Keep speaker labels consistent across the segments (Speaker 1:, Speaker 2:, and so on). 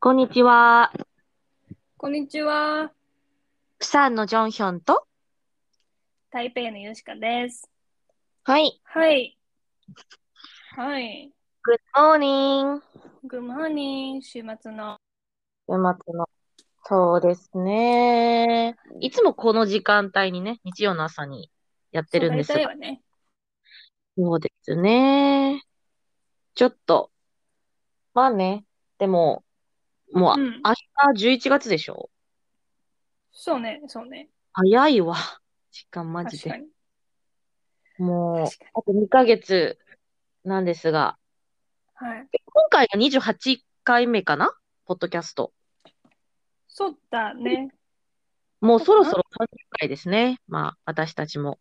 Speaker 1: こんにちは。
Speaker 2: こんにちは。
Speaker 1: プサンのジョンヒョンと。
Speaker 2: 台北のヨシカです。
Speaker 1: はい。
Speaker 2: はい。はい。
Speaker 1: グッモーニング。
Speaker 2: グッモーニング。週末の。
Speaker 1: うまくの。そうですね。いつもこの時間帯にね、日曜の朝にやってるんです
Speaker 2: そう大体
Speaker 1: が。
Speaker 2: はね。
Speaker 1: そうですね。ちょっと。まあね。でも、もう
Speaker 2: う
Speaker 1: 明
Speaker 2: ん。
Speaker 1: 日11月でしょ
Speaker 2: そうね、そうね。
Speaker 1: 早いわ。時間マジ
Speaker 2: 確か
Speaker 1: で。
Speaker 2: に。
Speaker 1: も
Speaker 2: 確か
Speaker 1: う、あと2ヶ月なんですが。
Speaker 2: に。はい。
Speaker 1: 今回が28回目かなポッドキャスト。
Speaker 2: そうだね。
Speaker 1: もうそろそろ30回ですね。まあ、私たちも。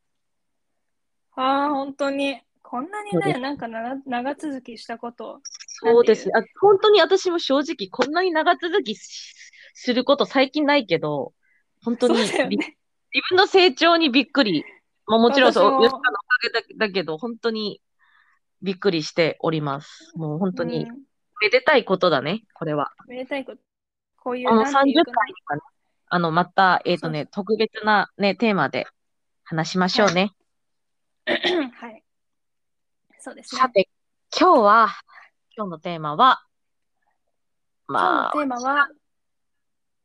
Speaker 2: ああ、本当に。こんなに
Speaker 1: そうで
Speaker 2: ね、
Speaker 1: す
Speaker 2: なんか長長続きしたこと。
Speaker 1: そうですね。あ本当に私も正直、こんなに長続きしすること最近ないけど、本当にび、
Speaker 2: そうだよね。
Speaker 1: 自分の成長にびっくり。まあ、もちろんそう、
Speaker 2: 私も
Speaker 1: ヨシカのおかげだだけど、本当にびっくりしております。もう本当に、
Speaker 2: うん
Speaker 1: めでたいことだね、これは。
Speaker 2: めでたいこと。こういう
Speaker 1: あの30
Speaker 2: な
Speaker 1: 回
Speaker 2: ん
Speaker 1: に
Speaker 2: ていう
Speaker 1: は
Speaker 2: か
Speaker 1: ね
Speaker 2: な、
Speaker 1: あの、また、えっ、と
Speaker 2: そ
Speaker 1: ね、特別なね、テーマで話しましょうね。
Speaker 2: はい。そうですね
Speaker 1: さ。て、今日は、今日のテーマは、ま
Speaker 2: 今
Speaker 1: あ
Speaker 2: 日、のテー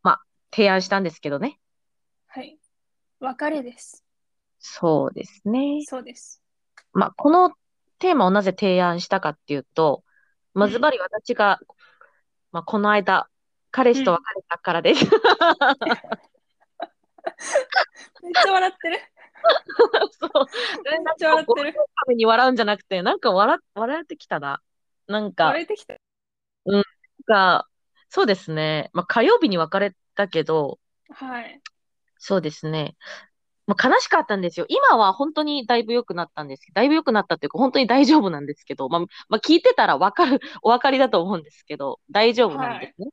Speaker 2: マは、
Speaker 1: 提案したんですけどね。
Speaker 2: はい。別れです。
Speaker 1: そうですね。
Speaker 2: そうです。
Speaker 1: まあ、このテーマをなぜ提案したかっていうと、まあ、
Speaker 2: うん
Speaker 1: ズバリ私が、まあ、この間、彼氏と別れたからです。
Speaker 2: めっちゃ笑ってる。
Speaker 1: そう。
Speaker 2: めっ
Speaker 1: 連絡
Speaker 2: ちゃ笑
Speaker 1: を
Speaker 2: ってる。
Speaker 1: ために笑うんじゃなくて、なんか笑、笑ってきたな。なんか、
Speaker 2: 割れてきた。
Speaker 1: が、そうですね。まあ、火曜日に別れたけど、
Speaker 2: はい。
Speaker 1: そうですね。まあ、悲しかったんですよ。今は本当にだいぶ良くなったんです。だいぶ良くなったっていうか、本当に大丈夫なんですけど、まあ、まあ、聞いてたらわかる、 お分かりだと思うんですけど、大丈夫なんですね。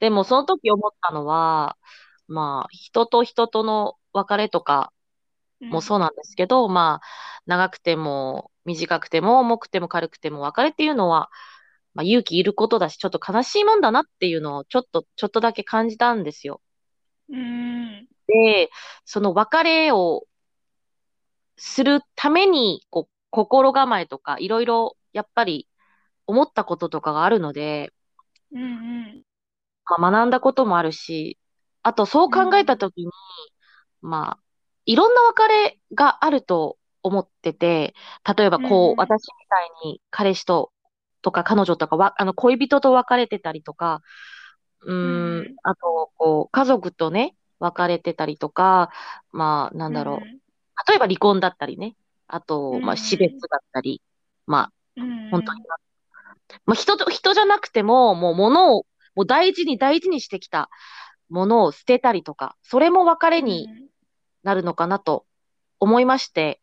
Speaker 1: でも、その時思ったのは、まあ、人と人との別れとかもそううなんですけど、まあ、長くても短くても重くても軽くても別れっていうのは、まあ、勇気いることだし、ちょっと悲しいもんだなっていうのを、ちょっと、ちょっとだけ感じたんですよ。
Speaker 2: ん。うん。
Speaker 1: で、その別れをするために、こう、心構えとか、いろいろ、やっぱり、思ったこととかがあるので、
Speaker 2: うんうん。
Speaker 1: まあ、学んだこともあるし、あと、そう考えたときに、まあ、いろんな別れがあると思ってて、例えば、
Speaker 2: うん
Speaker 1: こ
Speaker 2: う
Speaker 1: う、
Speaker 2: ん
Speaker 1: 私みたいに、彼氏と、とか、彼女とかわ、あの、恋人と別れてたりとか、う
Speaker 2: うんう
Speaker 1: ーん
Speaker 2: ん、
Speaker 1: あと、こう、家族とね、別れてたりとか、まあ、なんだろう。例えば離婚だったりね。あと、ま
Speaker 2: うん
Speaker 1: あ、死別だったり。ま
Speaker 2: うん。うん
Speaker 1: あ、本当に。まあ、人と、人じゃなくても、もう物を、もう大事に大事にしてきたものを捨てたりとか、それも別れになるのかなと思いまして、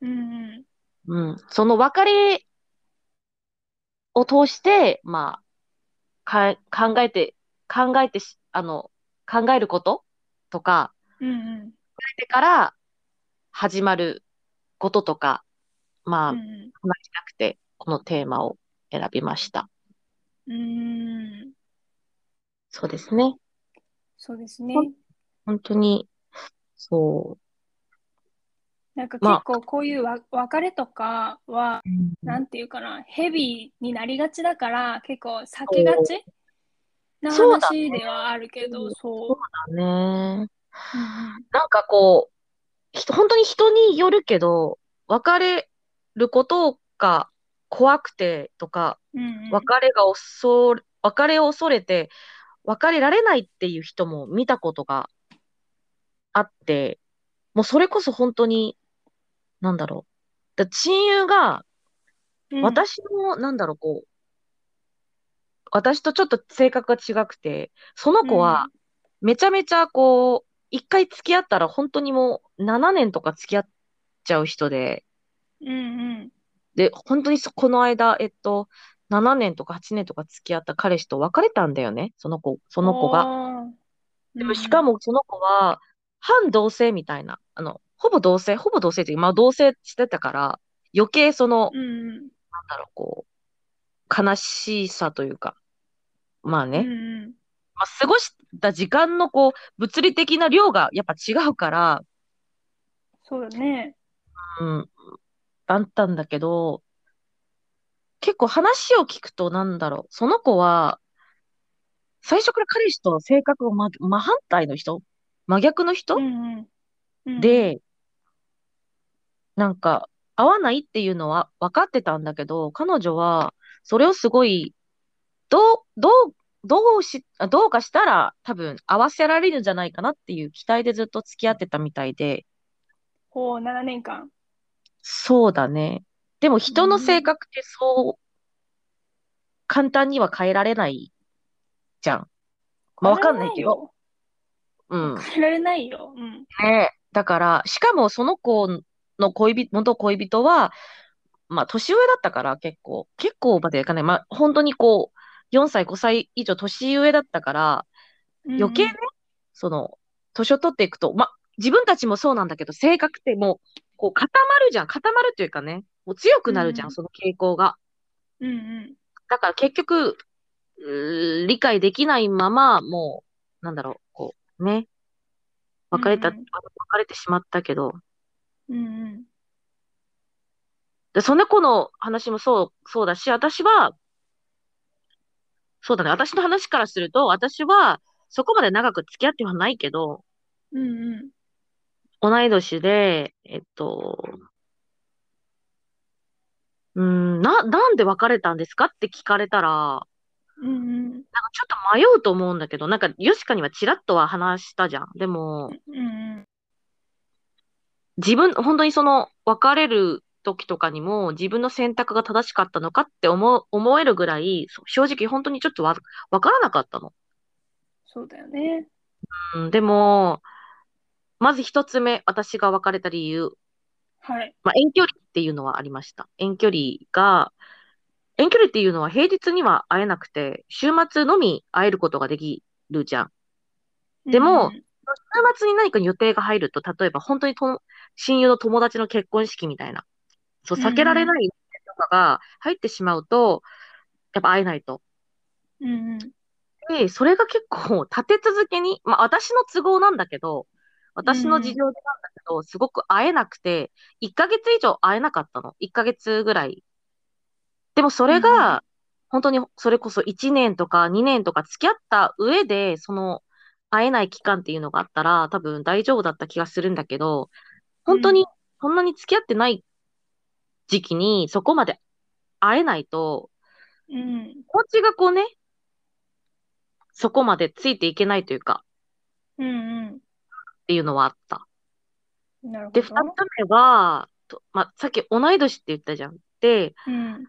Speaker 2: うんうん。
Speaker 1: うん。その別れを通して、まあ、か、考えて、考えてし、あの、考えることとか、
Speaker 2: うんうん。
Speaker 1: してから始まることとか、まあ、
Speaker 2: うん
Speaker 1: 話したくて、このテーマを選びました。
Speaker 2: うん。うん。
Speaker 1: そうですね。
Speaker 2: そうですね。
Speaker 1: 本当に、そ
Speaker 2: なんか
Speaker 1: まあ
Speaker 2: 結構こういうわ別れとかは、
Speaker 1: う。
Speaker 2: なんていうかな、ヘビーになりがちだから、結構避けがちな
Speaker 1: そうだ
Speaker 2: 話ではあるけど、そう。
Speaker 1: だね。
Speaker 2: うん
Speaker 1: なんかこう、人本当に人によるけど、別れることが怖くてとか、
Speaker 2: うん。
Speaker 1: 別れが恐れ、別れを恐れて、別れられないっていう人も見たことがあって、もうそれこそ本当に、なんだろう。だ親友が、
Speaker 2: うん、
Speaker 1: 私も、なんだろう、こう、私とちょっと性格が違くて、その子は、めちゃめちゃ、こう、一回付き合ったら、本当にもう、7年とか付き合っちゃう人で、
Speaker 2: うんうん。
Speaker 1: で、本当にそ、この間、えっと、7年とか8年とか付き合った彼氏と別れたんだよね、その子、その子が。
Speaker 2: が。
Speaker 1: でも、しか
Speaker 2: も、
Speaker 1: も、その子は、反同性みたいな、あの、ほぼ同性、ほぼ同性っていうか、まあ、同性してたから、余計、その、
Speaker 2: うんうん。
Speaker 1: なんだろう、こう、悲しさというか、まあね、
Speaker 2: うんうん
Speaker 1: まあ、過ごした時間のこう物理的な量がやっぱ違うから、
Speaker 2: そうだね。
Speaker 1: うん、だったんだけど、結構話を聞くとなんだろう、その子は、最初から彼氏と性格を真真反対の人真逆の人、
Speaker 2: うんうんうん、
Speaker 1: で、なんか、合わないっていうのは分かってたんだけど、彼女は、それをすごい、どう、どう、どうし、あどうかしたら、多分、合わせられるんじゃないかなっていう期待でずっと付き合ってたみたいで、
Speaker 2: ほう、7年間。
Speaker 1: そうだね。でも、人の性格ってそう、簡単には変えられないじゃん。まあ、わかんないけど。うん。
Speaker 2: 変えられないよ。変えられないよ。
Speaker 1: ねえ、だから、しかもその子の恋人、元恋人は、まあ、年上だったから、結構、結構までいかない。まあ、本当にこう、4歳、5歳以上年上だったから、
Speaker 2: うん。
Speaker 1: 余計
Speaker 2: うん
Speaker 1: ね、その、年を取っていくと、まあ、自分たちもそうなんだけど、性格ってもう、こう固まるじゃん。固まるというかね、もう強くなるじゃ
Speaker 2: うん
Speaker 1: ん、その傾向が。
Speaker 2: うんうん。
Speaker 1: だから結局、うー理解できないまま、もう、なんだろう、こう、ね、別れた、
Speaker 2: うんうん
Speaker 1: 別れてしまったけど、
Speaker 2: うんうん。
Speaker 1: で、その子の話もそう、そうだし、私は、そうだね、私の話からすると、私は、そこまで長く付き合ってはないけど、
Speaker 2: うんうん。
Speaker 1: 同い年で、えっと、うーん、な、なんで別れたんですかって聞かれたら、なんか
Speaker 2: うんうん。
Speaker 1: ちょっと迷うと思うんだけど、なんか、ヨシカにはちらっとは話したじゃん。でも、
Speaker 2: うんうん。
Speaker 1: 自分、本当にその、別れる時とかにも、自分の選択が正しかったのかって思う、思えるぐらい、そう正直本当にちょっとわ、わからなかったの。
Speaker 2: そうだよね。
Speaker 1: うん、でも、まず一つ目、私が別れた理由、
Speaker 2: はい。
Speaker 1: まあ、遠距離っていうのはありました。遠距離が、遠距離っていうのは平日には会えなくて、週末のみ会えることができるじゃん。でも
Speaker 2: うんうん、
Speaker 1: 週末に何か予定が入ると、例えば本当にと親友の友達の結婚式みたいな、そう、避けられない予定とかが入ってしまうと、やっぱ会えないと。
Speaker 2: うんうん。
Speaker 1: で、それが結構立て続けに、まあ私の都合なんだけど、私の事情でなんだけど、すごく会えなくて、1ヶ月以上会えなかったの。1ヶ月ぐらい。でもそれ
Speaker 2: うんう
Speaker 1: が、本当にそれこそ1年とか2年とか付き合った上で、その会えない期間っていうのがあったら、多分大丈夫だった気がするんだけど、本当にそんなに付き合ってない時期にそこまで会えないと、
Speaker 2: うん
Speaker 1: 気持ちがこうね、そこまでついていけないというか、
Speaker 2: うん
Speaker 1: っていうのはあった。
Speaker 2: うん。なるほ
Speaker 1: で、
Speaker 2: ど。
Speaker 1: 二つ目は、とまあ、さっき同い年って言ったじゃん。で、
Speaker 2: うん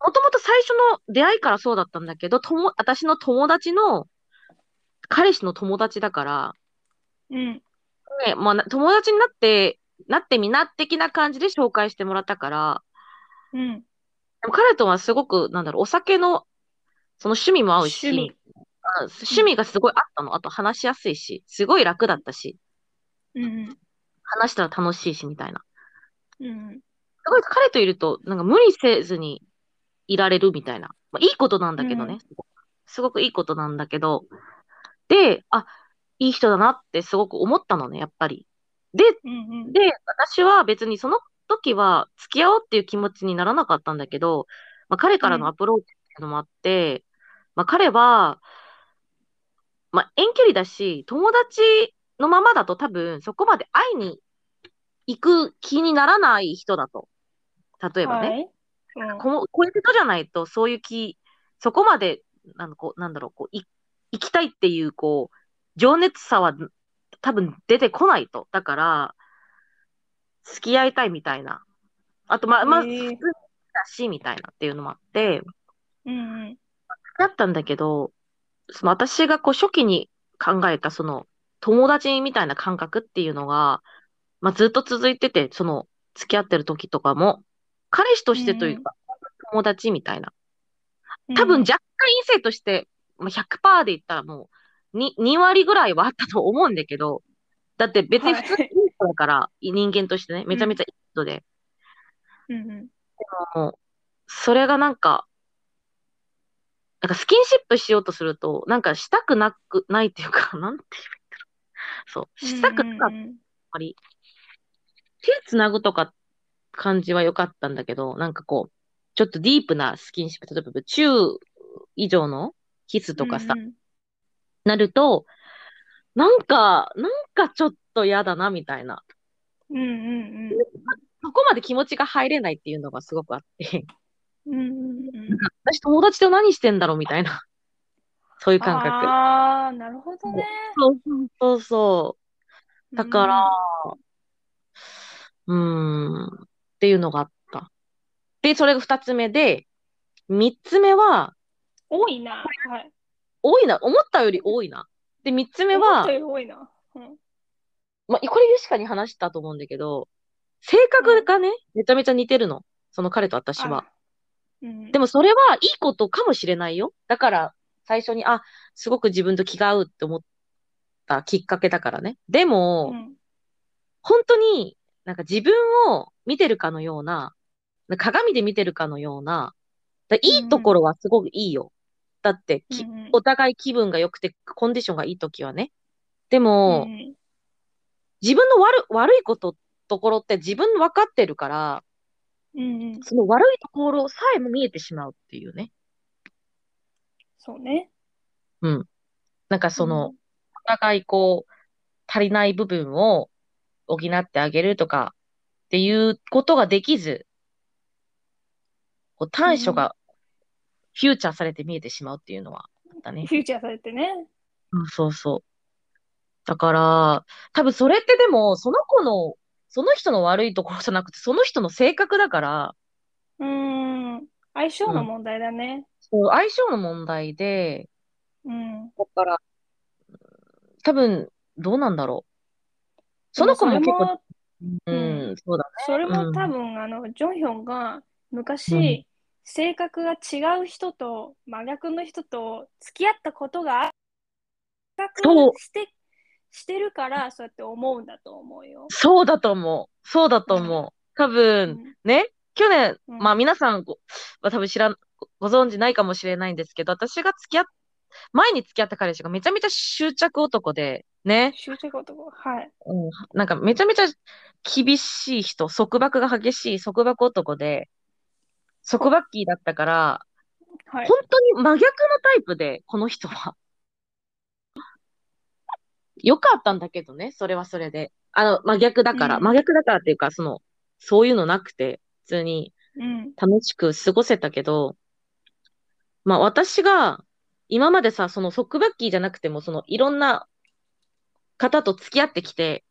Speaker 1: もともと最初の出会いからそうだったんだけど、とも、私の友達の、彼氏の友達だから、
Speaker 2: うん。
Speaker 1: ね、まあ、な友達になって、なってみな、的な感じで紹介してもらったから、
Speaker 2: うん。
Speaker 1: でも彼とはすごく、なんだろう、お酒の、その趣味も合うし、
Speaker 2: 趣味
Speaker 1: うん趣味がすごいあったの。あと話しやすいし、すごい楽だったし。
Speaker 2: うん
Speaker 1: 話したら楽しいしみたいな。
Speaker 2: うん。うん
Speaker 1: すごい彼といると、なんか無理せずにいられるみたいな。まあ、いいことなんだけど
Speaker 2: う
Speaker 1: ね。すごくいいことなんだけど。で、あ、いい人だなってすごく思ったのね、やっぱり。で、
Speaker 2: うんうん。
Speaker 1: で、私は別にその時は付き合おうっていう気持ちにならなかったんだけど、まあ、彼からのアプローチっていうのもあって、まあ、彼は、まあ、遠距離だし、友達のままだと多分そこまで会いに行く気にならない人だと。例えばね、
Speaker 2: はい。うん
Speaker 1: この恋人じゃないとそういう気、そこまで、なんこうなんだろう、こうい行きたいっていう、こう、情熱さは多分出てこないと。だから、付き合いたいみたいな。あと、まあ、まあ、
Speaker 2: へ
Speaker 1: 普
Speaker 2: え
Speaker 1: 通だし、みたいなっていうのもあって、
Speaker 2: うんうん。
Speaker 1: だったんだけど、その私がこう初期に考えた、その、友達みたいな感覚っていうのが、まあ、ずっと続いてて、その、付き合ってる時とかも、彼氏としてというか、友達みたいな。多分若干異性として、まあ、100%で言ったらもう 2, 2割ぐらいはあったと思うんだけど、だって別に普通にいい人だから、人間としてね、めちゃめちゃいい人で、
Speaker 2: うんうん。
Speaker 1: もうそれがなんか、なんかスキンシップしようとすると、なんかしたくなく、ないっていうか、 なんて言うんだろう。そう。したくなかった、あ
Speaker 2: うんうんうん
Speaker 1: まり。手つなぐとか感じは良かったんだけど、なんかこう、ちょっとディープなスキンシップ、例えば中以上のキスとかさ、
Speaker 2: うんうん
Speaker 1: なると、なんか、なんかちょっと嫌だな、みたいな。
Speaker 2: うんうん
Speaker 1: そこまで気持ちが入れないっていうのがすごくあ って、
Speaker 2: うんうんうんうん
Speaker 1: 私友達と何してんだろうみたいな、そういう感覚。
Speaker 2: ああ、なるほどね。
Speaker 1: そうそうそうそう。だから、うーん、っていうのがあった。で、それが二つ目で、三つ目は、
Speaker 2: うん、多いな。はい。
Speaker 1: 多いな、思ったより多いな。で、三つ目
Speaker 2: 思っ
Speaker 1: は
Speaker 2: た、より多いな。うん
Speaker 1: まあ、これ、ユシカに話したと思うんだけど、性格がね、めちゃめちゃ似てるの。その彼と私は。。
Speaker 2: うん、
Speaker 1: でもそれはいいことかもしれないよ。だから最初に、あ、すごく自分と気が合うって思ったきっかけだからね。でも、
Speaker 2: うん
Speaker 1: 本当になんか自分を見てるかのような、鏡で見てるかのような、だいいところはすごくいいよ。だってき、
Speaker 2: うんうん
Speaker 1: お互い気分が良くて、コンディションがいいときはね。でも、
Speaker 2: うん
Speaker 1: 自分の悪悪いこと、ところって自分分かってるから、
Speaker 2: うんうん、
Speaker 1: その悪いところさえも見えてしまうっていうね。
Speaker 2: そうね。
Speaker 1: なんかその、お互いこう、足りない部分を補ってあげるとかっていうことができず、こう短所がフューチャーされて見えてしまうっていうのはあった
Speaker 2: うん、
Speaker 1: ね。
Speaker 2: フューチャーされてね。
Speaker 1: うんそうそう。だから、多分それってでも、その子の、その人の悪いところじゃなくて、その人の性格だから、
Speaker 2: うん。相性の問題だね。
Speaker 1: そう相性の問題で、
Speaker 2: うん。
Speaker 1: だから、多分、どうなんだろう。その子も
Speaker 2: で
Speaker 1: 結
Speaker 2: それ
Speaker 1: 構、
Speaker 2: も
Speaker 1: う
Speaker 2: うん
Speaker 1: ん、そうだ
Speaker 2: それ
Speaker 1: う
Speaker 2: も
Speaker 1: ん
Speaker 2: 多分、あの、ジョンヒョンが昔、
Speaker 1: うん
Speaker 2: 性格が違う人と真逆の人と付き合ったことが、比
Speaker 1: そう
Speaker 2: 較して、してるから、そうやって思うんだと思うよ。
Speaker 1: そうだと思う。そうだと思う。多分、ね、去年、
Speaker 2: うん
Speaker 1: まあ皆さんごは多分知らん、ごご存知ないかもしれないんですけど、私が付き合っ、前に付き合った彼氏がめちゃめちゃ執着男で、ね、
Speaker 2: 執着男、はい。
Speaker 1: うんなんかめちゃめちゃ厳しい人、束縛が激しい束縛男で、束縛期だったから、
Speaker 2: はい。
Speaker 1: 本当に真逆のタイプで、この人は。よかったんだけどね、それはそれで。あの、真逆だから、
Speaker 2: うん
Speaker 1: 真逆だからっていうか、その、そういうのなくて、普通に
Speaker 2: うん。
Speaker 1: 楽しく過ごせたけど、まあ私が、今までさ、その束縛期じゃなくても、そのいろんな方と付き合ってきて、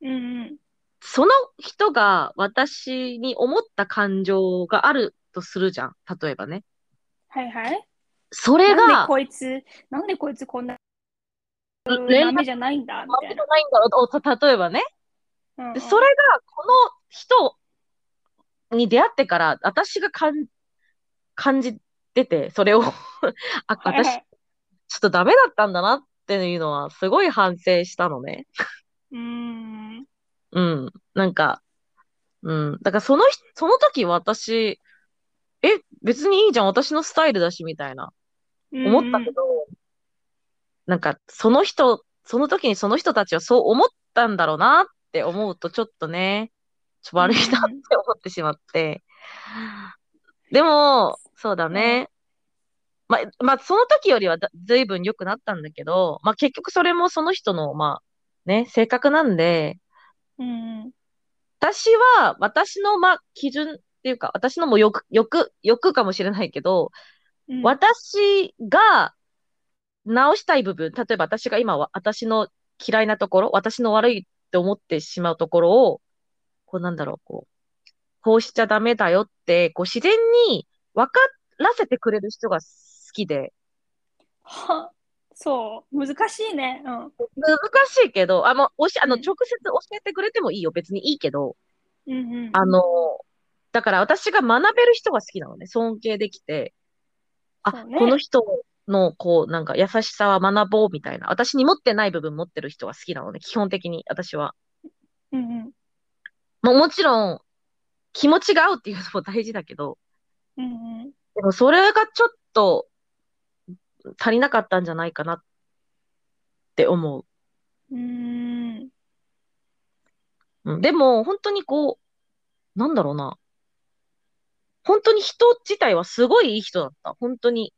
Speaker 2: うんうん。
Speaker 1: その人が私に思った感情があるとするじゃん。例えばね。
Speaker 2: はいはい。
Speaker 1: それが、
Speaker 2: なんでこいつ、なんでこいつこんな、
Speaker 1: 連
Speaker 2: ダメじゃないんだ、み
Speaker 1: なん
Speaker 2: た
Speaker 1: で
Speaker 2: いな
Speaker 1: もないんだろうとた例えばね。。
Speaker 2: うんうん
Speaker 1: でそれが、この人に出会ってから、私が感感じてて、それ をあ、
Speaker 2: はいはい
Speaker 1: 私、ちょっとダメだったんだなっていうのは、すごい反省したのね。
Speaker 2: うん。
Speaker 1: うん。なんか、うん。だから、その人、その時私、え、別にいいじゃん、私のスタイルだし、みたいな。思ったけど、なんか、その人、その時にその人たちはそう思ったんだろうなって思うと、ちょっとね、ちょっと悪いな
Speaker 2: うん
Speaker 1: って思ってしまって。でも、そうだね。まあ、まあ、その時よりはだずいぶん良くなったんだけど、まあ結局それもその人の、まあ、ね、性格なんで、
Speaker 2: うんうん。
Speaker 1: 私は、私の、まあ、基準っていうか、私のも欲、欲、欲かもしれないけど、
Speaker 2: うん
Speaker 1: 私が直したい部分、例えば私が今は私の嫌いなところ、私の悪いって思ってしまうところを、こうなんだろう、こう、こうしちゃダメだよって、こう自然に分からせてくれる人が好きで、
Speaker 2: はそう、難しいね。うん。
Speaker 1: 難しいけど、あの、おし、あの、
Speaker 2: うん
Speaker 1: 直接教えてくれてもいいよ、別にいいけど、
Speaker 2: うんうん、
Speaker 1: あの、だから私が学べる人が好きなのね、尊敬できて、
Speaker 2: そ
Speaker 1: あ、
Speaker 2: うね
Speaker 1: この人の、こう、なんか優しさは学ぼうみたいな。私に持ってない部分持ってる人が好きなので、基本的に私は。
Speaker 2: うん
Speaker 1: ももちろん、気持ちが合うっていうのも大事だけど、
Speaker 2: うんうん
Speaker 1: でもそれがちょっと、足りなかったんじゃないかなって思う。
Speaker 2: うーん。
Speaker 1: うんでも、本当にこう、なんだろうな。本当に人自体はすごいいい人だった。本当に。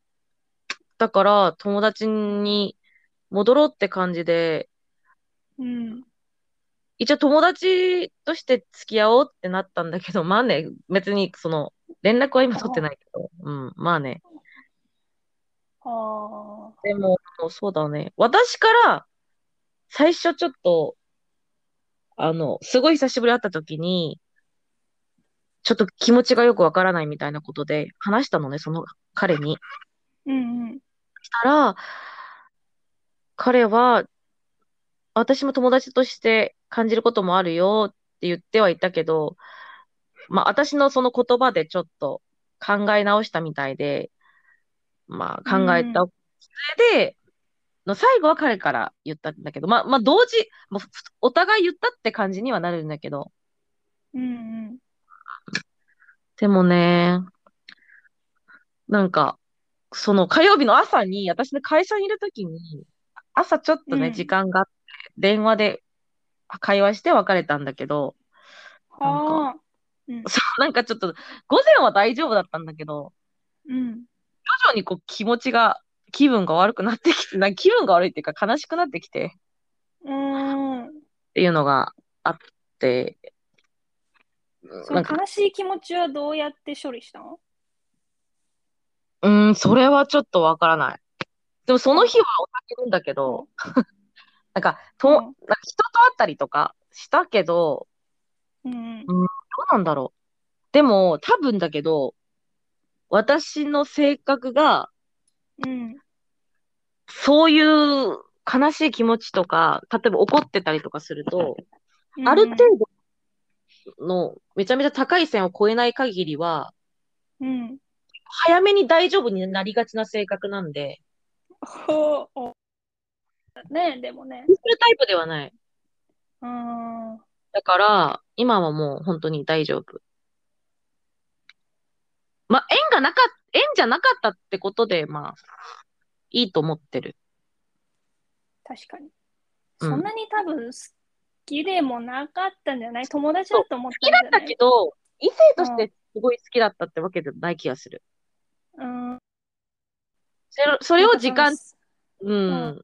Speaker 1: だから、友達に戻ろうって感じで、
Speaker 2: うん。
Speaker 1: 一応友達として付き合おうってなったんだけど、まあね、別にその、連絡は今取ってないけど、うん、まあね。
Speaker 2: あ
Speaker 1: でも、そうだね。私から、最初ちょっと、あの、すごい久しぶりに会った時に、ちょっと気持ちがよくわからないみたいなことで話したのね、その彼に。
Speaker 2: ーうんうん。
Speaker 1: したら、彼は、私も友達として感じることもあるよって言ってはいたけど、まあ私のその言葉でちょっと考え直したみたいで、まあ考えた。
Speaker 2: う
Speaker 1: それで、の最後は彼から言ったんだけど、まあまあ同時、もうふお互い言ったって感じにはなるんだけど、
Speaker 2: うんうん。
Speaker 1: でもね、なんか、その火曜日の朝に、私の会社にいるときに、朝ちょっとね、
Speaker 2: うん
Speaker 1: 時間があって、電話で会話して別れたんだけど、
Speaker 2: はあ。うん
Speaker 1: そうなんかちょっと、午前は大丈夫だったんだけど、
Speaker 2: うん。
Speaker 1: 徐々にこう気持ちが、気分が悪くなってきて、なんか気分が悪いっていうか悲しくなってきて
Speaker 2: うーん。
Speaker 1: っていうのがあって、
Speaker 2: そ
Speaker 1: な
Speaker 2: の
Speaker 1: んか、
Speaker 2: 悲しい気持ちはどうやって処理したの
Speaker 1: うーん、それはちょっとわからない。でもその日はお酒飲んだけど、なんか、と、
Speaker 2: う
Speaker 1: なん
Speaker 2: ん
Speaker 1: か人と会ったりとかしたけど、
Speaker 2: うんうん。
Speaker 1: どうなんだろう。でも、多分だけど、私の性格が、
Speaker 2: うん。
Speaker 1: そういう悲しい気持ちとか、例えば怒ってたりとかすると、ある程度のめちゃめちゃ高い線を越えない限りは、
Speaker 2: 度。うん。
Speaker 1: 早めに大丈夫になりがちな性格なんで、
Speaker 2: ほうお。ねえ、でもね。
Speaker 1: そういうタイプではない。
Speaker 2: うーん。
Speaker 1: だから、今はもう本当に大丈夫。まあ、縁がなかっ、縁じゃなかったってことで、まあ、いいと思ってる。
Speaker 2: 確かに。
Speaker 1: うん
Speaker 2: そんなに多分好きでもなかったんじゃない友達だと思ったんじゃ
Speaker 1: だ
Speaker 2: ない
Speaker 1: けど、異性としてすごい好きだったってわけでもない気がする。
Speaker 2: うん。
Speaker 1: それそれを時間、
Speaker 2: その
Speaker 1: うん。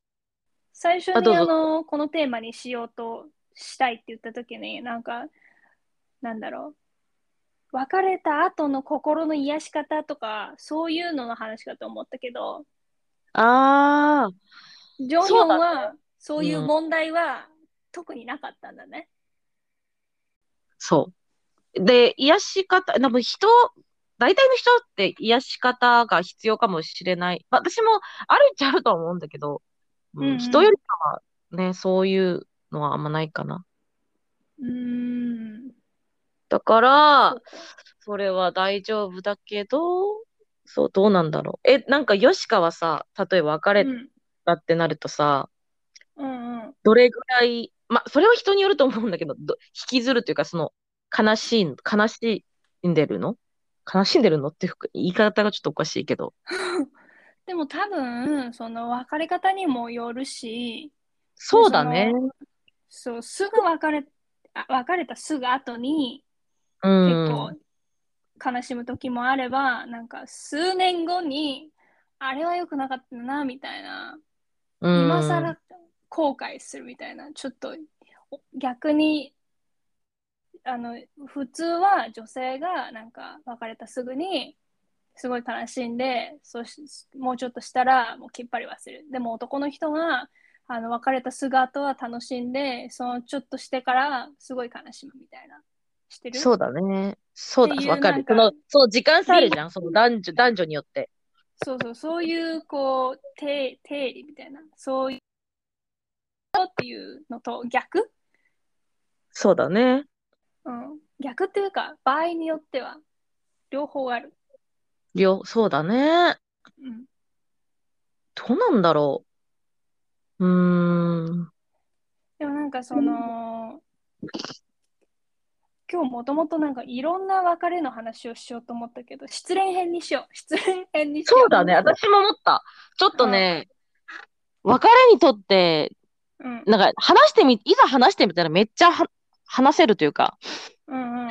Speaker 2: 最初
Speaker 1: あどう
Speaker 2: に
Speaker 1: ぞ
Speaker 2: あの、このテーマにしようとしたいって言った時に、なんか、なんだろう。別れた後の心の癒し方とか、そういうのの話かと思ったけど、
Speaker 1: ああ、
Speaker 2: ジョンヒョン
Speaker 1: そう
Speaker 2: は、そういううん問題は、特になかったんだね。
Speaker 1: そう。で、癒し方、多分人、大体の人って癒し方が必要かもしれない。まあ私もあるっちゃあるとは思うんだけど、うん
Speaker 2: うんうん
Speaker 1: 人よりかはね、そういうのはあんまないかな。
Speaker 2: うーん。
Speaker 1: だから
Speaker 2: そう、
Speaker 1: それは大丈夫だけど、そう、どうなんだろう。え、なんか、ヨシカはさ、例えば別
Speaker 2: う
Speaker 1: れ
Speaker 2: ん。
Speaker 1: たってなるとさ、
Speaker 2: うんうん。
Speaker 1: どれぐらい、まあ、それは人によると思うんだけど、ど引きずるというか、その、悲しい、悲しんでるの悲しんでるのっていうか言い方がちょっとおかしいけど。
Speaker 2: でも多分、その別れ方にもよるし、
Speaker 1: そうだね。
Speaker 2: そう、すぐ別れ、あ別れたすぐ後に、
Speaker 1: う
Speaker 2: 結
Speaker 1: ん。
Speaker 2: 構悲しむ時もあれば、なんか数年後に、あれは良くなかったな、みたいな、
Speaker 1: うん
Speaker 2: 今更後悔するみたいな、ちょっとお逆に、あの、普通は女性がなんか別れたすぐに、すごい悲しんで、そしもうちょっとしたらもうきっぱり忘れる。でも男の人があの別れたすぐ後は楽しんで、そのちょっとしてからすごい悲しむみたいな。してる
Speaker 1: そうだね。そうだ
Speaker 2: ってい、う
Speaker 1: わか
Speaker 2: な
Speaker 1: る
Speaker 2: ん。か
Speaker 1: その、その時間差あるじゃん。その男女、男女によって。
Speaker 2: そうそう、そういう、こう、定定理みたいな、そういうっていうのと逆、
Speaker 1: そうだね。
Speaker 2: うん、逆っていうか、場合によっては、両方ある。
Speaker 1: 両、そうだね。
Speaker 2: うん、
Speaker 1: どうなんだろう。うーん。
Speaker 2: でもなんか、その、今日もともとなんかいろんな別れの話をしようと思ったけど、失恋編にしよう。失恋編にしよう。
Speaker 1: そうだね、私も思った。ちょっとね、別れにとって、
Speaker 2: うん。
Speaker 1: なんか話してみ、いざ話してみたらめっちゃは話せるというか、
Speaker 2: うんうん。
Speaker 1: なんか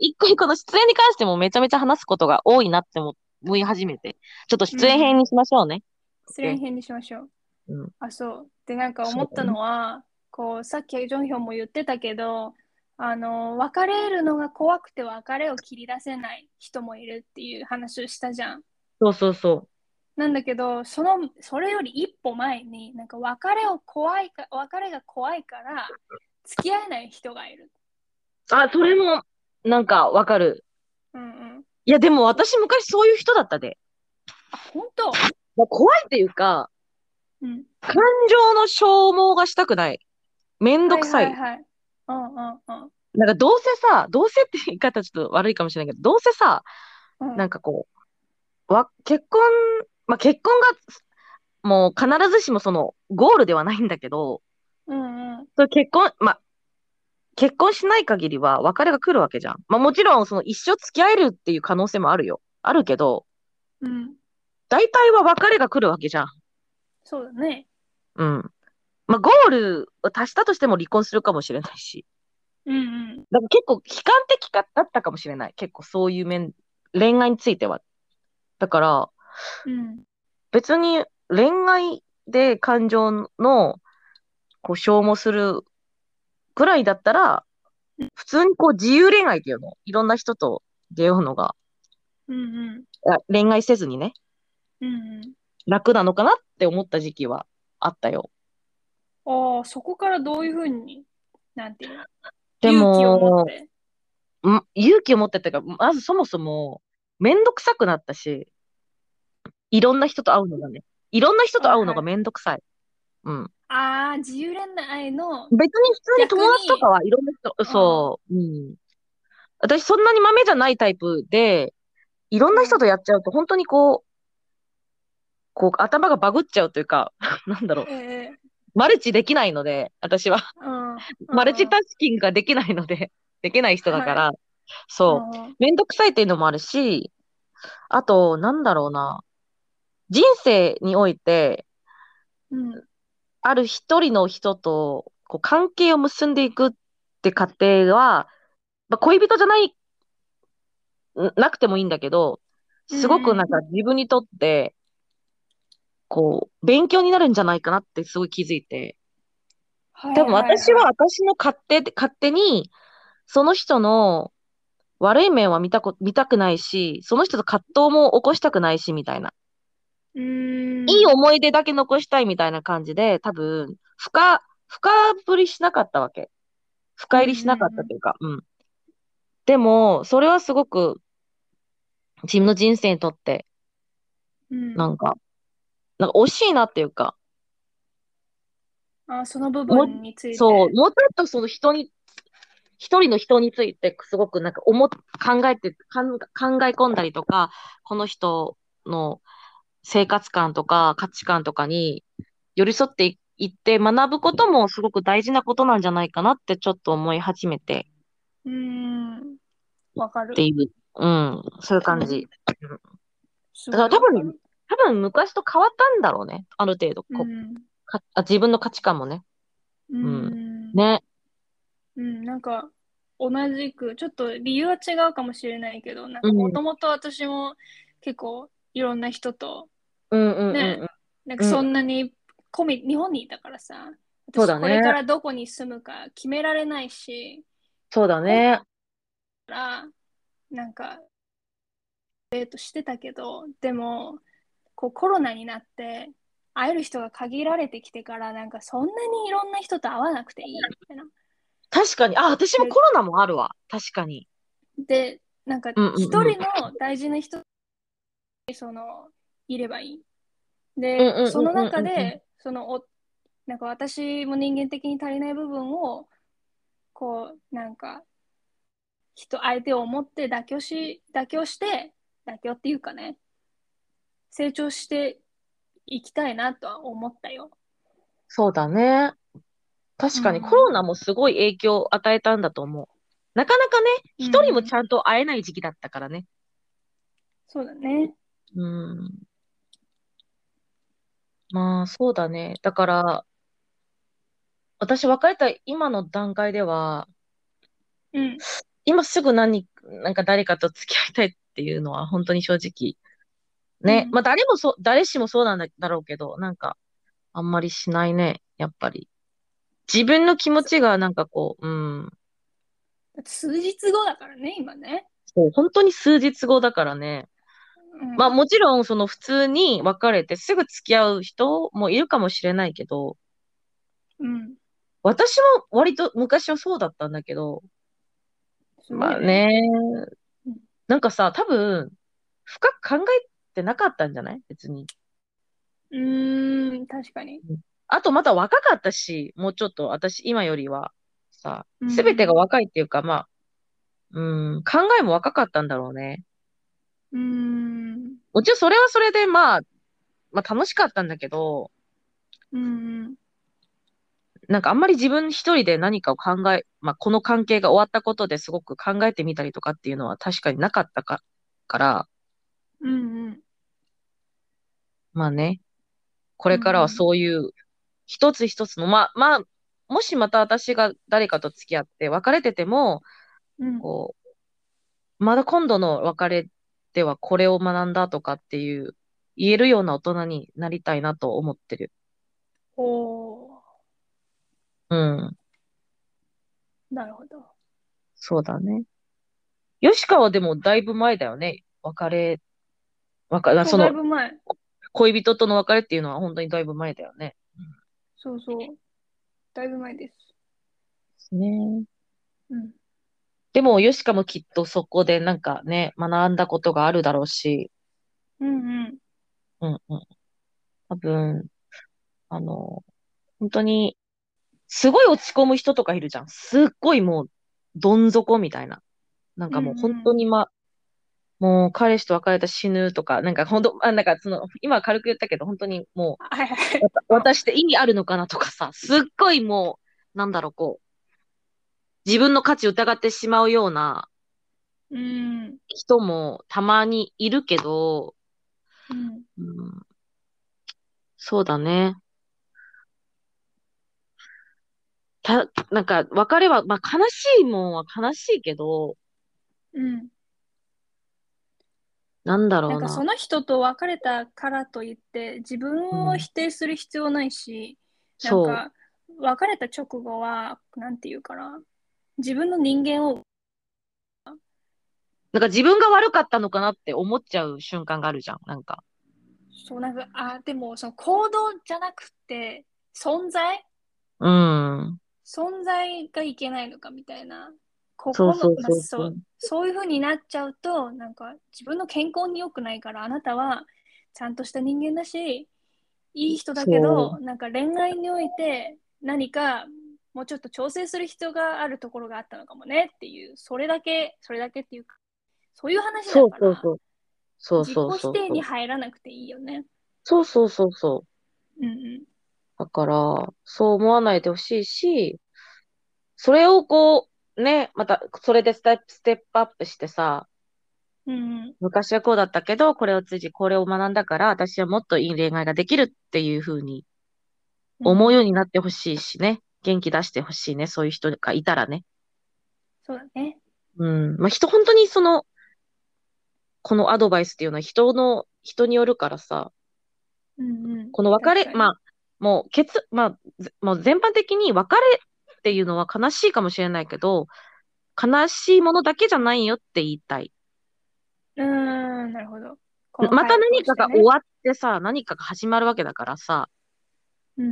Speaker 1: 一個一個の失恋に関してもめちゃめちゃ話すことが多いなって思思い始めて、ちょっと失恋編にしましょうね。
Speaker 2: 失恋編にしましょう。
Speaker 1: うん
Speaker 2: あ、そう。で、なんか思ったのは、こう、さっきジョンヒョンも言ってたけど、あの、別れるのが怖くて別れを切り出せない人もいるっていう話をしたじゃん。
Speaker 1: そうそうそ
Speaker 2: なんだけど、その、それより一歩前に、なんか別れを怖いか、別れが怖いから、付き合えない人がいる。
Speaker 1: う。あ、それも、なんかわかる。
Speaker 2: うんうん。
Speaker 1: いや、でも私昔そういう人だったで。
Speaker 2: あ、本当
Speaker 1: まあ怖いっていうか、
Speaker 2: うん。
Speaker 1: 感情の消耗がしたくない。めんどくさい。
Speaker 2: はいはいはい。うんうん
Speaker 1: なんかどうせさ、どうせって言い方ちょっと悪いかもしれないけど、どうせさ、
Speaker 2: うん。
Speaker 1: なんかこう、わ、結婚、まあ、結婚が、もう必ずしもそのゴールではないんだけど、
Speaker 2: うんうん。
Speaker 1: そう結婚、まあ、結婚しない限りは別れが来るわけじゃん。まあ、もちろん、その一生付き合えるっていう可能性もあるよ。あるけど、
Speaker 2: うん。
Speaker 1: 大体は別れが来るわけじゃん。
Speaker 2: そうだね。
Speaker 1: うん。まあ、ゴールを達したとしても離婚するかもしれないし。
Speaker 2: うんうん。
Speaker 1: だから結構悲観的かだったかもしれない。結構そういう面、恋愛については。だから、
Speaker 2: うん。
Speaker 1: 別に恋愛で感情のこう消耗するくらいだったら、普通にこう自由恋愛っていうの、いろんな人と出会うのが、
Speaker 2: うんうん。
Speaker 1: あ恋愛せずにね、
Speaker 2: うんうん。
Speaker 1: 楽なのかなって思った時期はあったよ。
Speaker 2: ああ、そこからどういうふうに、なんていうの、
Speaker 1: で
Speaker 2: 勇気を持っ
Speaker 1: も、
Speaker 2: て。
Speaker 1: うん勇気を持ってっていうか、まずそもそも、めんどくさくなったし、いろんな人と会うのがね、いろんな人と会うのがめんどくさい。うん。
Speaker 2: ああ、自由恋愛の、
Speaker 1: 別に普通に友達とかはいろんな人、そう、うん。私そんなに豆じゃないタイプで、いろんな人とやっちゃうと本当にこう、こう頭がバグっちゃうというか、 なんだろう、
Speaker 2: ええ
Speaker 1: マルチできないので、私は。
Speaker 2: うん。
Speaker 1: マルチタスキングができないので、 できない人だから、
Speaker 2: うん
Speaker 1: そう。めんどくさいっていうのもあるし、あと、なんだろうな。人生において、
Speaker 2: うん。
Speaker 1: ある一人の人とこう関係を結んでいくって過程は、まあ、恋人じゃない、んなくてもいいんだけど、すごくなんか自分にとって、こう、勉強になるんじゃないかなってすごい気づいて、
Speaker 2: はい
Speaker 1: 多分私は、私の勝手で、勝手に、その人の悪い面は見たこ、見たくないし、その人と葛藤も起こしたくないし、みたいな。
Speaker 2: いはい、うーん。
Speaker 1: いい思い出だけ残したいみたいな感じで、多分、深、深振りしなかったわけ。深入りしなかったというか、うん。でも、それはすごく、自分の人生にとって、
Speaker 2: うん
Speaker 1: なんか、なんか惜しいなっていうか、
Speaker 2: あーその部分について。
Speaker 1: そう、もうちょっとその人に、一人の人について、すごくなんか思っ、考えて、かん考え込んだりとか、この人の生活観とか価値観とかに寄り添っていいって学ぶこともすごく大事なことなんじゃないかなってちょっと思い始めて
Speaker 2: うーん。わかる
Speaker 1: っ。ていう、うん、そういう感じ。
Speaker 2: す
Speaker 1: だから多分
Speaker 2: わかる
Speaker 1: 多分昔と変わったんだろうね。ある程度、こ
Speaker 2: うん。
Speaker 1: かあ自分の価値観もね。
Speaker 2: うん。
Speaker 1: ね。
Speaker 2: うん、なんか同じく、ちょっと理由は違うかもしれないけど、なんか
Speaker 1: うん
Speaker 2: もともと私も結構いろんな人と、
Speaker 1: うんうんうん
Speaker 2: ね
Speaker 1: うん。
Speaker 2: なんかそんなにコミ、日本にいたからさ、私
Speaker 1: そうだね
Speaker 2: これからどこに住むか決められないし、
Speaker 1: そうだね。
Speaker 2: から、なんか、デートしてたけど、でも、こうコロナになって、会える人が限られてきてから、なんかそんなにいろんな人と会わなくていいみたいな。
Speaker 1: 確かに。あ、私もコロナもあるわ。確かに。
Speaker 2: で、なんか
Speaker 1: うんうんうん
Speaker 2: 一人の大事な人、その、いればいい。
Speaker 1: うんうんうんうんう
Speaker 2: で、
Speaker 1: ん
Speaker 2: その中で、そのお、なんか私も人間的に足りない部分を、こう、なんか、人、相手を思って妥協し、妥協して、妥協っていうかね、成長していきたいなとは思ったよ。
Speaker 1: そうだね。確かに
Speaker 2: うん
Speaker 1: コロナもすごい影響を与えたんだと思なかなかね、
Speaker 2: うん
Speaker 1: 一人もちゃんと会えない時期だったからね。
Speaker 2: そうだね。
Speaker 1: うん。まあ、そうだね。だから、私別れた今の段階では、
Speaker 2: うん。
Speaker 1: 今すぐ何、なんか誰かと付き合いたいっていうのは本当に正直。ね。
Speaker 2: うん
Speaker 1: まあ誰もそう、誰しもそうなんだろうけど、なんか、あんまりしないね。やっぱり。自分の気持ちがなんかこう、うん。
Speaker 2: だって数日後だからね、今ね。
Speaker 1: そう、本当に数日後だからね。
Speaker 2: うん、
Speaker 1: まあもちろん、その普通に別れてすぐ付き合う人もいるかもしれないけど、
Speaker 2: うん。
Speaker 1: 私も割と昔はそうだったんだけど、
Speaker 2: すごい
Speaker 1: まあ。ね
Speaker 2: うん、
Speaker 1: なんかさ、多分、深く考えてなかったんじゃない別に。
Speaker 2: うーん、確かに。
Speaker 1: あとまた若かったし、もうちょっと私今よりはさ
Speaker 2: う、ん
Speaker 1: すべてが若いっていうか、まあ、うん、考えも若かったんだろうね。
Speaker 2: うーん。
Speaker 1: もちろんそれはそれでまあ、まあ楽しかったんだけど、
Speaker 2: うん。
Speaker 1: なんかあんまり自分一人で何かを考え、まあこの関係が終わったことですごく考えてみたりとかっていうのは確かになかったか、から、
Speaker 2: うん。うん。
Speaker 1: まあね、これからはそういう一つ一つの、まあまあ、もしまた私が誰かと付き合って別れてても、
Speaker 2: うん。
Speaker 1: こう、まだ今度の別れではこれを学んだとかっていう、言えるような大人になりたいなと思ってる。
Speaker 2: おー
Speaker 1: うん、
Speaker 2: なるほど。
Speaker 1: そうだね。ヨシカはでもだいぶ前だよね。別れ、別れ、そ
Speaker 2: だい
Speaker 1: の
Speaker 2: ぶ前。
Speaker 1: 恋人との別れっていうのは本当にだいぶ前だよね。
Speaker 2: そうそう。だいぶ前です。
Speaker 1: ね。
Speaker 2: うん。
Speaker 1: でも、ヨシカもきっとそこでなんかね、学んだことがあるだろうし、
Speaker 2: うんうん。
Speaker 1: うんうん。多分、あの、本当に、すごい落ち込む人とかいるじゃん。すっごいもう、どん底みたいな。なんかもう
Speaker 2: うんうん
Speaker 1: 本当にま、もう彼氏と別れたら死ぬとか、なんか本当、あ、なんかその、今軽く言ったけど、本当にも
Speaker 2: はい は
Speaker 1: う、
Speaker 2: い。
Speaker 1: わた私って意味あるのかなとかさ、すっごいもう、なんだろう、こう、自分の価値疑ってしまうような
Speaker 2: うん。
Speaker 1: 人もたまにいるけど、
Speaker 2: うん。
Speaker 1: うん、そうだね。た、なんか、別れは、まあ、悲しいもんは悲しいけど、
Speaker 2: うん。
Speaker 1: なんだろう
Speaker 2: なんか
Speaker 1: な。
Speaker 2: その人と別れたからといって自分を否定する必要ないし、
Speaker 1: そう。
Speaker 2: なんか別れた直後はなんていうかな自分の人間を
Speaker 1: なんか自分が悪かったのかなって思っちゃう瞬間があるじゃん。なんか。
Speaker 2: そうなんかあでもその行動じゃなくて存在
Speaker 1: うん。
Speaker 2: 存在がいけないのかみたいなこ
Speaker 1: そう
Speaker 2: こ
Speaker 1: そう
Speaker 2: ま
Speaker 1: そ
Speaker 2: あ
Speaker 1: う
Speaker 2: そ
Speaker 1: そうう。
Speaker 2: そういうふうになっちゃうとなんか自分の健康に良くないからあなたはちゃんとした人間だしいい人だけど
Speaker 1: そ
Speaker 2: なんか恋愛において何かもうちょっと調整する必要があるところがあったのかもねっていうそれだけそれだけっていうかそういう話だ
Speaker 1: そう
Speaker 2: か
Speaker 1: そう
Speaker 2: ら
Speaker 1: そう。そう
Speaker 2: 自己
Speaker 1: そうそう
Speaker 2: 否定
Speaker 1: そう
Speaker 2: に。入らなくていいよね。
Speaker 1: そうそうそうそう。
Speaker 2: うんうん
Speaker 1: だから、そう思わないでほしいし、それをこう、ね、また、それでステップ、ステップアップしてさ、
Speaker 2: うんうん
Speaker 1: 昔はこうだったけど、これを通じ、これを学んだから、私はもっといい恋愛ができるっていうふうに思うようになってほしいしね。元気出してほしいね。そういう人がいたらね。
Speaker 2: そうだね。
Speaker 1: うん。まあ、人、本当にその、このアドバイスっていうのは人の、人によるからさ、
Speaker 2: うんうん、
Speaker 1: この別れ、
Speaker 2: 確かに
Speaker 1: まあ、もう、けつ、まあ、ぜもう全般的に別れっていうのは悲しいかもしれないけど、悲しいものだけじゃないよって言いたい。
Speaker 2: うーん、なるほど。
Speaker 1: また何かが終
Speaker 2: わ
Speaker 1: わってさ、何かが始まるわけだからさ、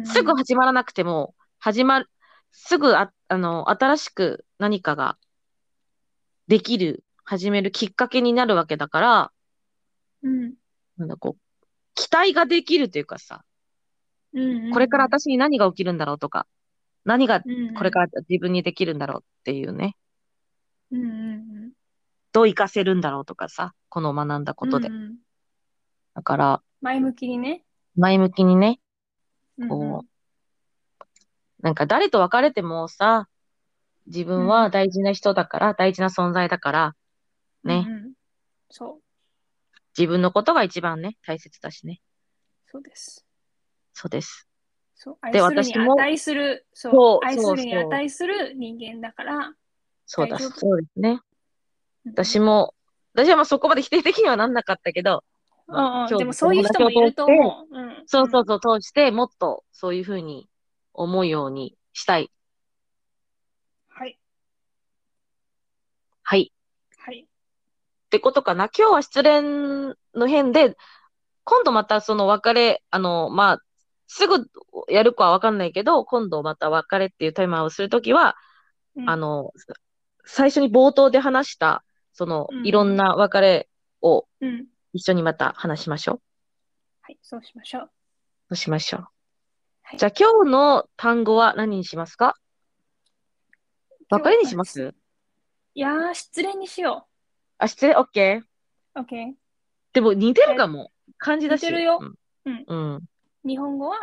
Speaker 1: すぐ
Speaker 2: うん
Speaker 1: 始まらなくても、始まる、すぐあ、あの、新しく何かができる、始めるきっかけになるわけだから、
Speaker 2: うん
Speaker 1: なんだこう、期待ができるというかさ、
Speaker 2: うんうん、
Speaker 1: これから私に何が起きるんだろうとか、何が
Speaker 2: うんうん、
Speaker 1: これから自分にできるんだろうっていうね、
Speaker 2: うんうん
Speaker 1: どう活かせるんだろうとかさ、この学んだ
Speaker 2: う
Speaker 1: こ
Speaker 2: ん、
Speaker 1: とで。
Speaker 2: うんうん
Speaker 1: だから、
Speaker 2: 前向きにね。
Speaker 1: 前向きにね、
Speaker 2: うんうん
Speaker 1: こうなんか誰と別れてもさ、自分は大事な人だから、大事な存在だから、ね、
Speaker 2: うんうんそう、
Speaker 1: 自分のことが一番ね、大切だしね。
Speaker 2: そうです。
Speaker 1: そうです。
Speaker 2: そう愛
Speaker 1: です
Speaker 2: るに
Speaker 1: 私も
Speaker 2: 値する、そう
Speaker 1: そう
Speaker 2: 愛す
Speaker 1: そ
Speaker 2: る
Speaker 1: う
Speaker 2: に
Speaker 1: そう
Speaker 2: 値する人間だから、
Speaker 1: そうだ、
Speaker 2: 大丈夫
Speaker 1: そうですね。
Speaker 2: うん
Speaker 1: 私も、私はまあそこまで否定的にはなんなかったけど、
Speaker 2: うんうん、
Speaker 1: 今日
Speaker 2: でもそういう人もいると思う。うん、
Speaker 1: そうそうそう、通してもっとそういうふうに思うようにしたい。
Speaker 2: はい、
Speaker 1: はい。
Speaker 2: はい。
Speaker 1: ってことかな。今日は失恋の辺で、今度またその別れ、あの、まあ、すぐやるかはわかんないけど、今度また別れっていうタイマーをするときは、
Speaker 2: うん
Speaker 1: あの、最初に冒頭で話した、その
Speaker 2: う、ん
Speaker 1: いろんな別れを
Speaker 2: うん、
Speaker 1: 一緒にまた話しましょう。
Speaker 2: はい、そうしましょう。
Speaker 1: そうしましょう。
Speaker 2: はい
Speaker 1: じゃあ今日の単語は何にしますか別れにしま
Speaker 2: 今
Speaker 1: す
Speaker 2: いやー、失恋にしよ
Speaker 1: あ、失礼、OK。
Speaker 2: う。OK。
Speaker 1: でも似てるかも。漢字だし。
Speaker 2: 似てるよ
Speaker 1: うん。うん。
Speaker 2: 日本語は、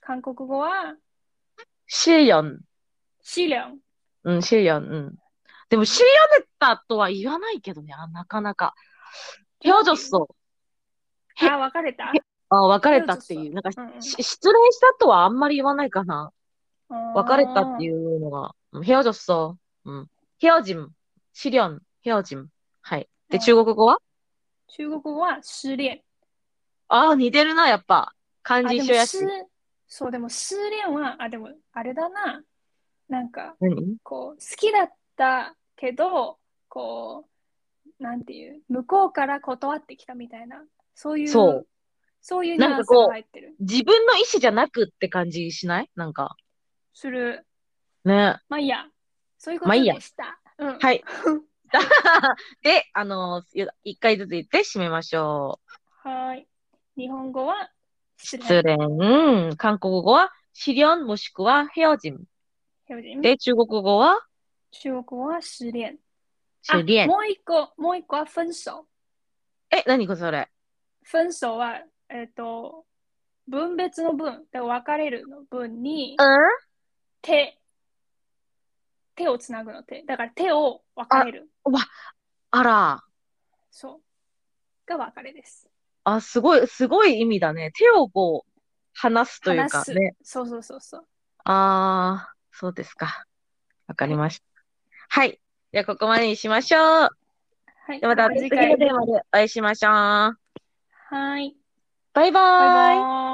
Speaker 2: 韓国語は、
Speaker 1: シェヨン。
Speaker 2: シリョン。
Speaker 1: うん、シェヨン。うん。でも、シェヨネタとは言わないけどね、あなかなか。ヘオジョスと、へ
Speaker 2: あ、別れた
Speaker 1: あ、別れたっていう。なんか、
Speaker 2: うんうん
Speaker 1: し失恋したとはあんまり言わないかな。別れたって
Speaker 2: う
Speaker 1: いうのが、うんヘオジョスと、うん。ヘオジム。シリョン。ヘオジム。はい。で、
Speaker 2: うん
Speaker 1: 中国語は
Speaker 2: あー。中国語は、失恋。
Speaker 1: ああ、似てるな、やっぱ。漢字
Speaker 2: でも
Speaker 1: 一緒やし
Speaker 2: 失。そう、でも失恋は、あ、でも、あれだな。なんか、
Speaker 1: 何
Speaker 2: こう好きだったけどこうなんていう向こうから断ってきたみたいなそういう
Speaker 1: そう
Speaker 2: そういうニ
Speaker 1: なん
Speaker 2: ュ
Speaker 1: か
Speaker 2: アンス
Speaker 1: こう
Speaker 2: が入ってる
Speaker 1: 自分の意思じゃなくって感じしないなんか。
Speaker 2: する
Speaker 1: ね。
Speaker 2: まあいいやそういうこ
Speaker 1: まあい
Speaker 2: と
Speaker 1: いや
Speaker 2: でした、うん、
Speaker 1: はいで、あのー一回ずつ言って締めましょ
Speaker 2: はーい日本語は
Speaker 1: う。
Speaker 2: 失
Speaker 1: 失
Speaker 2: 礼
Speaker 1: 恋。うん韓国語は、シリョンもしくは、ヘオジム。で、中国語は、
Speaker 2: 中国語は失恋
Speaker 1: シュリエ
Speaker 2: あ
Speaker 1: ン。
Speaker 2: もう一個もう一個は分手
Speaker 1: え、何これそれ。
Speaker 2: 分手はえっ、と分別の分で別れるの分に、
Speaker 1: う
Speaker 2: 手手をつなぐの手だから手を分かれる
Speaker 1: んあら。
Speaker 2: そうが別れです
Speaker 1: あ、すごい、すごい意味だね。手をこう、離すというか
Speaker 2: 離す
Speaker 1: ね。
Speaker 2: そうそうそうそう
Speaker 1: ああ、そうですか。わかりました。はい。じゃあ、ここまでにしましょう。
Speaker 2: はい
Speaker 1: ではまた
Speaker 2: 次
Speaker 1: 次
Speaker 2: 回
Speaker 1: のテーマでお会いしましょう。
Speaker 2: はい
Speaker 1: バイバ
Speaker 2: バ
Speaker 1: イ。
Speaker 2: イバイ